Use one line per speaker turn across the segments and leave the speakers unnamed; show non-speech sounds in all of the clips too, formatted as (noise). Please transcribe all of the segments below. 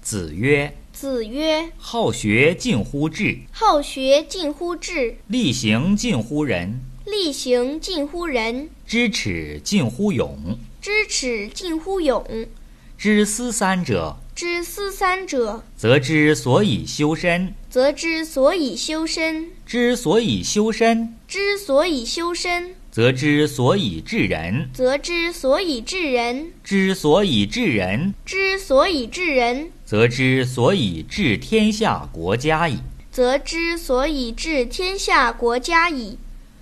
子曰
子曰：“
好学近乎智，
好学近乎智，
力行近乎仁，
力行近乎仁，
知耻近乎勇。
知耻近乎勇。
知斯三者，
知斯三者，
则知所以修身；
则知所以修身；
知所以修身，
知所以修身，
则知所以治人；
则知所以治人；
知所以治人，
知所以治人，
则知所以治天下国家矣。
则知所以治天下国家矣。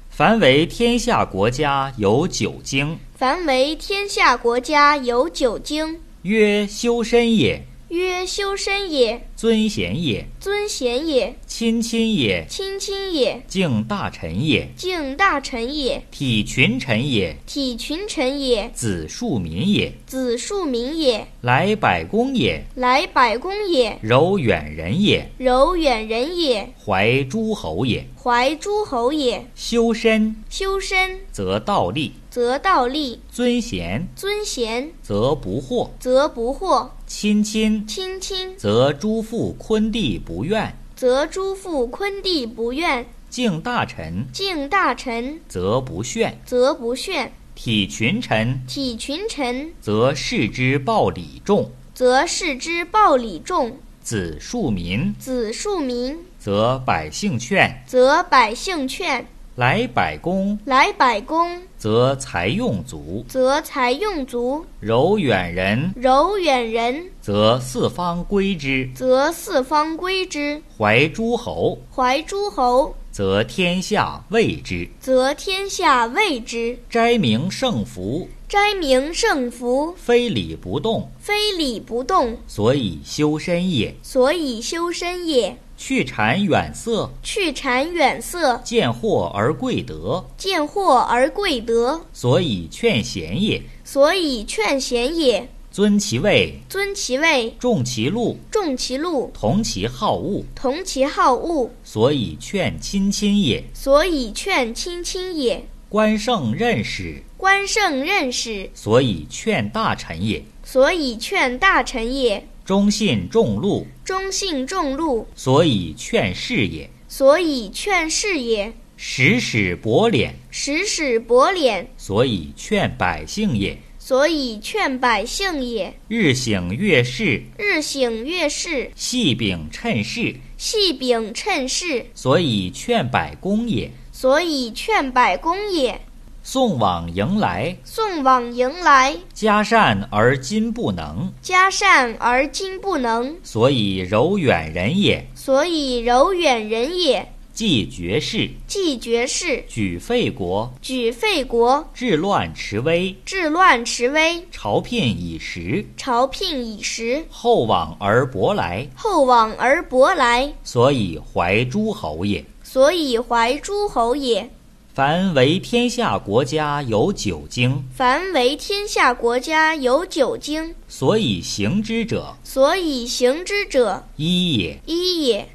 凡为天下国家，有九经，
凡为天下国家有九经，
曰修身也，
曰修身也，
尊贤也，
尊贤也，
亲亲也，
亲亲也，
敬大臣也，
敬大臣也，
体群臣也， (laughs)
体群臣也，
子庶民也，
子庶民也，
来百工也，
来百工也，
柔远人也，
柔远人也，
怀诸侯也。
怀诸侯也。
修身
修身
则道立，
则道立，
尊贤
尊贤
则不惑，
则不惑，
亲亲
亲亲
则诸父昆弟不怨，
则诸父昆弟不怨，
敬大臣
敬大臣
则不炫，
则不炫，
体群臣
体群臣
则视之暴礼重，
则视之暴礼重，
子庶民
子庶民
则百姓劝，
则百姓劝，
来百工
来百工
则财用足，
则财用足，
柔远人
柔远人
则四方归之，
则四方归之，
怀诸侯
怀诸侯
则天下畏之。
则天下畏之。
斋明圣福，
斋明圣福，
非礼不动，
非礼不动，
所以修身也。
所以修身也。
去谗远色，
去谗远色，
见货而贵德，
见货而贵德，
所以劝贤也。
所以劝贤也。
尊其位，
尊其位，
重其禄，
重其禄，
同其好恶，
同其好恶，
所以劝亲亲也。
所以劝亲亲也。
官圣任使，
官圣任使，
所以劝大臣也。
所以劝大臣也。
忠信重禄，
忠信重禄，
所以劝士也。
所以劝士也。
使使薄敛，
使使薄敛，
所以劝百姓也。
所以劝百姓也。
日省月事，
日省月事，
细秉趁事，
细秉趁势，
所以劝百工也。
所以劝百工也。
送往迎来，
送往迎来，
嘉善而今不能，
嘉善而今不能，
所以柔远人也。
所以柔远人也。
既绝世，
既绝世，
举废国，
举废国，
治乱持危，
治乱持危，
朝聘以时，
朝聘以时，
后往而薄来，
后往而薄来，
所以怀诸侯也。
所以怀诸侯也。
凡为天下国家有九经，
凡为天下国家有九经，
所以行之者
所以行之者
一也。
一也。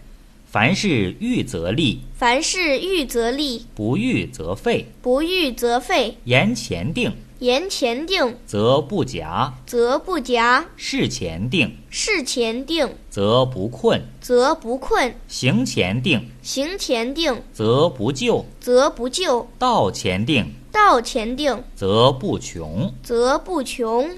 凡事欲则立，
凡事欲则立，
不欲则废。
不欲则废。
言前定，
言前定，
则不夹；
则不夹；
事前定，
事前定，
则不困；
则不困；
行前定，
行前定，
则不就；
则不就；
道前定，
道前定，
则不穷。
则不穷。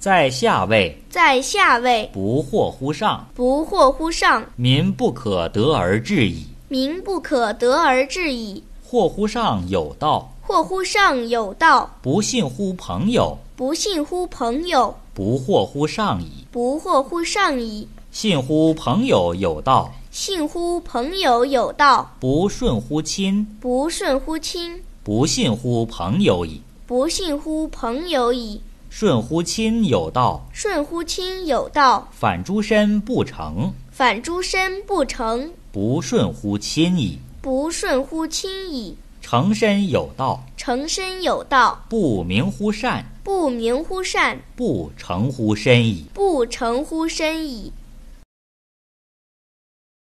在下位，
在下位，
不惑乎上，
不惑乎上，
民不可得而治矣。
民不可得而治矣。
惑乎上有道，
惑乎上有道，
不信乎朋友，
不信乎朋友，
不惑乎上矣。
不惑乎上矣。
信乎朋友有道，
信乎朋友有道，
不顺乎亲，
不顺乎亲，
不信乎朋友矣。
不信乎朋友矣。
顺乎亲有道，
顺乎亲有道，
反诸身不成。
反诸身不成。
不顺乎亲矣。
不顺乎亲矣，
诚身有道，
诚身有道，
不明乎善，
不明乎善，
不诚乎身矣。
不诚乎身矣。